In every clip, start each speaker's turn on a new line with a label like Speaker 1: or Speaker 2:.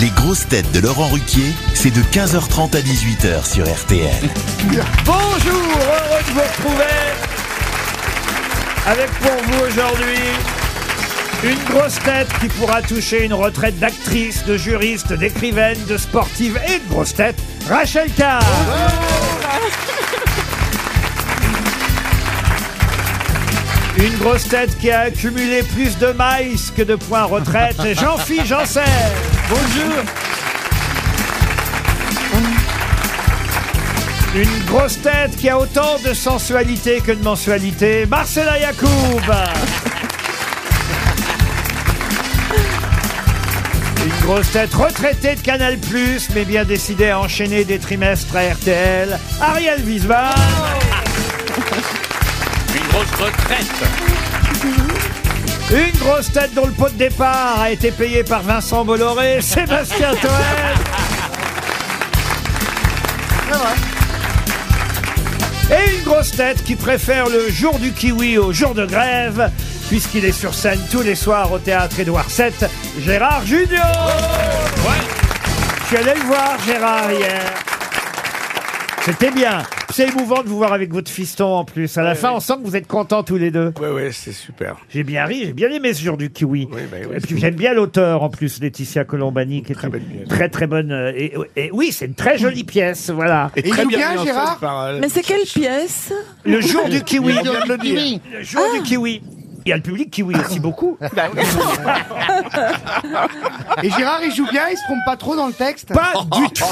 Speaker 1: Les grosses têtes de Laurent Ruquier, c'est de 15h30 à 18h sur RTL.
Speaker 2: Bonjour, heureux de vous retrouver avec pour vous aujourd'hui une grosse tête qui pourra toucher une retraite d'actrice, de juriste, d'écrivaine, de sportive et de grosse tête, Rachel Carr. Une grosse tête qui a accumulé plus de maïs que de points retraite, Jean-Philippe Janssen. Bonjour. Une grosse tête qui a autant de sensualité que de mensualité, Marcela Yacoub. Une grosse tête retraitée de Canal+, mais bien décidée à enchaîner des trimestres à RTL, Ariel Wiesmann.
Speaker 3: Une grosse retraite.
Speaker 2: Une grosse tête dont le pot de départ a été payé par Vincent Bolloré, Sébastien Toer. Et une grosse tête qui préfère le jour du kiwi au jour de grève, puisqu'il est sur scène tous les soirs au théâtre Édouard VII, Gérard Junior. Je suis allé le voir, Gérard, hier. C'était bien. C'est émouvant de vous voir avec votre fiston en plus. À la fin, on sent que vous êtes contents tous les deux.
Speaker 4: Ouais, ouais, c'est super.
Speaker 2: J'ai bien ri, j'ai bien aimé ce jour du kiwi.
Speaker 4: Oui, bah oui.
Speaker 2: et puis j'aime bien l'auteur en plus, Laetitia Colombani, qui est
Speaker 4: Très
Speaker 2: une
Speaker 4: belle pièce.
Speaker 2: très très bonne. euh, Et, et oui, c'est une très jolie pièce, voilà.
Speaker 4: Et
Speaker 5: joue bien,
Speaker 4: mis en scène
Speaker 5: Gérard
Speaker 4: par, euh,
Speaker 6: Mais c'est quelle pièce
Speaker 2: Le jour du kiwi.
Speaker 4: Il vient de le dire.
Speaker 2: Le jour du kiwi. Il y a le public kiwi aussi beaucoup.
Speaker 5: Et Gérard, il joue bien, il se trompe pas trop dans le texte.
Speaker 4: Bah.
Speaker 2: Pas du tout.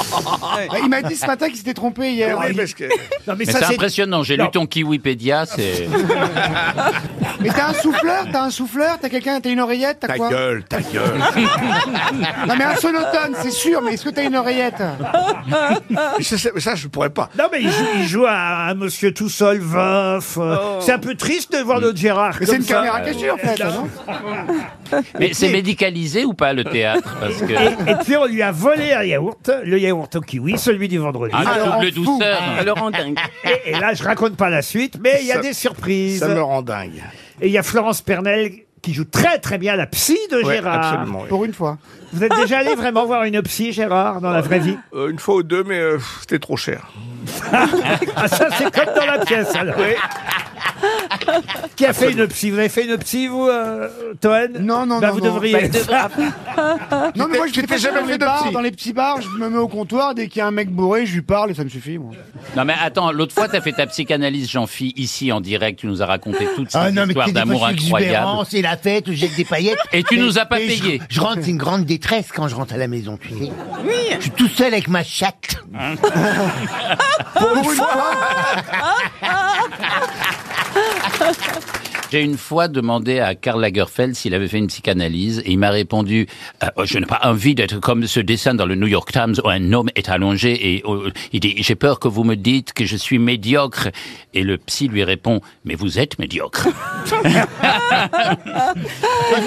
Speaker 5: Ouais, Il m'a dit ce matin qu'il s'était trompé hier.
Speaker 4: Eh Oui, parce que-
Speaker 2: Non mais,
Speaker 3: Mais
Speaker 2: ça
Speaker 3: c'est
Speaker 2: c'est.
Speaker 3: impressionnant, j'ai
Speaker 2: Non.
Speaker 3: lu ton Kiwipédia, c'est...
Speaker 5: Mais t'as un souffleur, t'as un souffleur, t'as quelqu'un, t'as une oreillette, t'as
Speaker 4: Ta
Speaker 5: quoi
Speaker 4: gueule, ta gueule.
Speaker 5: Non mais un sonotone, c'est sûr, mais est-ce que t'as une oreillette
Speaker 4: Mais ça, c'est- ça, je pourrais pas.
Speaker 2: Non mais il joue, il joue à, à Monsieur tout seul, veuf. euh, C'est un peu triste de voir notre Gérard.
Speaker 5: Mais c'est
Speaker 2: comme
Speaker 5: une
Speaker 2: ça.
Speaker 5: caméra cachée en fait, non
Speaker 3: Mais c'est médicalisé ou pas le théâtre Parce que...
Speaker 2: Et, et puis on lui a volé un yaourt, le yaourt au kiwi, celui du vendredi.
Speaker 3: Ah, le
Speaker 5: Alors,
Speaker 3: double
Speaker 5: fou.
Speaker 3: douceur
Speaker 6: Laurent Dingue.
Speaker 2: Et, et là, je raconte pas la suite, mais il y a
Speaker 4: Ça-
Speaker 2: des surprises.
Speaker 4: Ça me rend dingue.
Speaker 2: Et il y a Florence Pernel qui joue très très bien la psy de
Speaker 4: Ouais,
Speaker 2: Gérard.
Speaker 4: absolument. oui.
Speaker 5: Pour une fois.
Speaker 2: Vous êtes déjà allé vraiment voir une psy, Gérard, dans la vraie vie
Speaker 4: Euh, une fois ou deux, mais euh, pff, c'était trop cher.
Speaker 2: Ah, ça, c'est comme dans la pièce, alors. Qui a fait une psy Vous avez fait une psy, vous, euh, Toen
Speaker 5: Non, non,
Speaker 2: bah,
Speaker 5: non,
Speaker 2: Vous
Speaker 5: non.
Speaker 2: devriez.
Speaker 5: Non mais moi
Speaker 4: Tu
Speaker 5: je
Speaker 4: t'es
Speaker 5: fais
Speaker 4: jamais
Speaker 5: jamais dans
Speaker 4: fait
Speaker 5: les
Speaker 4: de
Speaker 5: bars,
Speaker 4: psy.
Speaker 5: dans les petits bars, je me mets au comptoir, dès qu'il y a un mec bourré, je lui parle et ça me suffit moi.
Speaker 3: Non mais attends, l'autre fois t'as fait ta psychanalyse Jean-Phi ici en direct, tu nous as raconté toute cette histoire
Speaker 7: t'es des
Speaker 3: d'amour
Speaker 7: fois, je suis
Speaker 3: incroyable.
Speaker 7: exubérant, C'est la fête, je jette des paillettes.
Speaker 3: Et tu nous as pas
Speaker 7: Et je-
Speaker 3: payé.
Speaker 7: Je, rentre, c'est une grande détresse quand je rentre à la maison, tu sais. Je suis tout seul avec ma chatte.
Speaker 5: Pour une fois
Speaker 3: J'ai une fois demandé à Karl Lagerfeld s'il avait fait une psychanalyse et il m'a répondu euh, Je n'ai pas envie d'être comme ce dessin dans le New York Times où un homme est allongé et euh, il dit J'ai peur que vous me dites que je suis médiocre. Et le psy lui répond Mais vous êtes médiocre.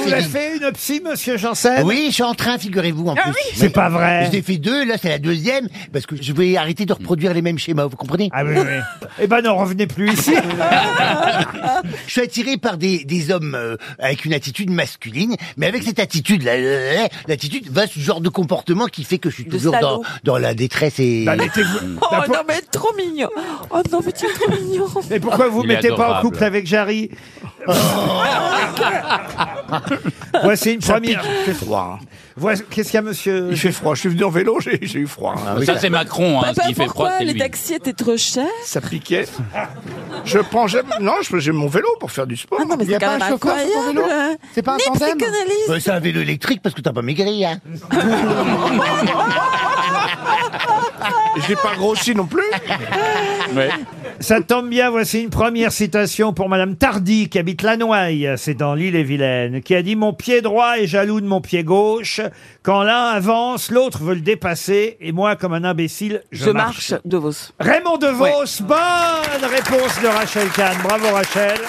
Speaker 2: Vous avez fait une psy, monsieur Janssen
Speaker 7: Oui, je suis en train, figurez-vous, en plus.
Speaker 2: C'est pas vrai.
Speaker 7: Je t'ai fait deux, là c'est la deuxième, parce que je vais arrêter de reproduire les mêmes schémas, vous comprenez
Speaker 2: Ah oui, oui. eh ben, non, revenez plus ici.
Speaker 7: Je suis attiré par des, des hommes euh, avec une attitude masculine, mais avec cette attitude, là, là, là, l'attitude va ce genre de comportement qui fait que je suis toujours
Speaker 6: salaud.
Speaker 7: dans, dans la détresse et...
Speaker 2: Bah, mettez-vous-
Speaker 6: Oh
Speaker 2: bah, pour-
Speaker 6: non mais trop mignon Oh non mais tu es trop mignon
Speaker 2: Mais pourquoi vous
Speaker 3: Il est
Speaker 2: mettez pas en
Speaker 3: adorable.
Speaker 2: couple avec Jarry
Speaker 4: Oh.
Speaker 2: Voici une première.
Speaker 4: Il fait froid. hein.
Speaker 2: Voici- Qu'est-ce qu'il y a, monsieur
Speaker 4: Il fait froid. Je suis venu en vélo, j'ai j'ai eu froid. hein.
Speaker 3: Ça, c'est Macron, hein, ce
Speaker 6: Papa,
Speaker 3: qui fait froid,
Speaker 6: Bah, pourquoi
Speaker 3: c'est
Speaker 6: les
Speaker 3: lui.
Speaker 6: taxis étaient trop chers
Speaker 4: Ça piquait. Je prends jamais. Non, je- j'ai mon vélo pour faire du sport.
Speaker 6: Ah non mais
Speaker 5: Il y
Speaker 6: c'est quand
Speaker 5: a pas
Speaker 6: même
Speaker 5: un chauffeur sur ton
Speaker 6: incroyable
Speaker 5: vélo C'est pas un
Speaker 6: Ni
Speaker 5: tandem
Speaker 6: psychanalyse
Speaker 7: Ouais, Euh, c'est un vélo électrique parce que t'as pas maigri, hein.
Speaker 4: Et J'ai pas grossi non plus.
Speaker 3: Ouais.
Speaker 2: Ça tombe bien, voici une première citation pour Madame Tardy, qui habite Lanoaille, c'est dans l'île-et-Vilaine, qui a dit « Mon pied droit est jaloux de mon pied gauche. Quand l'un avance, l'autre veut le dépasser. Et moi, comme un imbécile, je,
Speaker 6: Je marche de Vos
Speaker 2: Raymond DeVos, bonne réponse de Rachel Kahn. Bravo Rachel.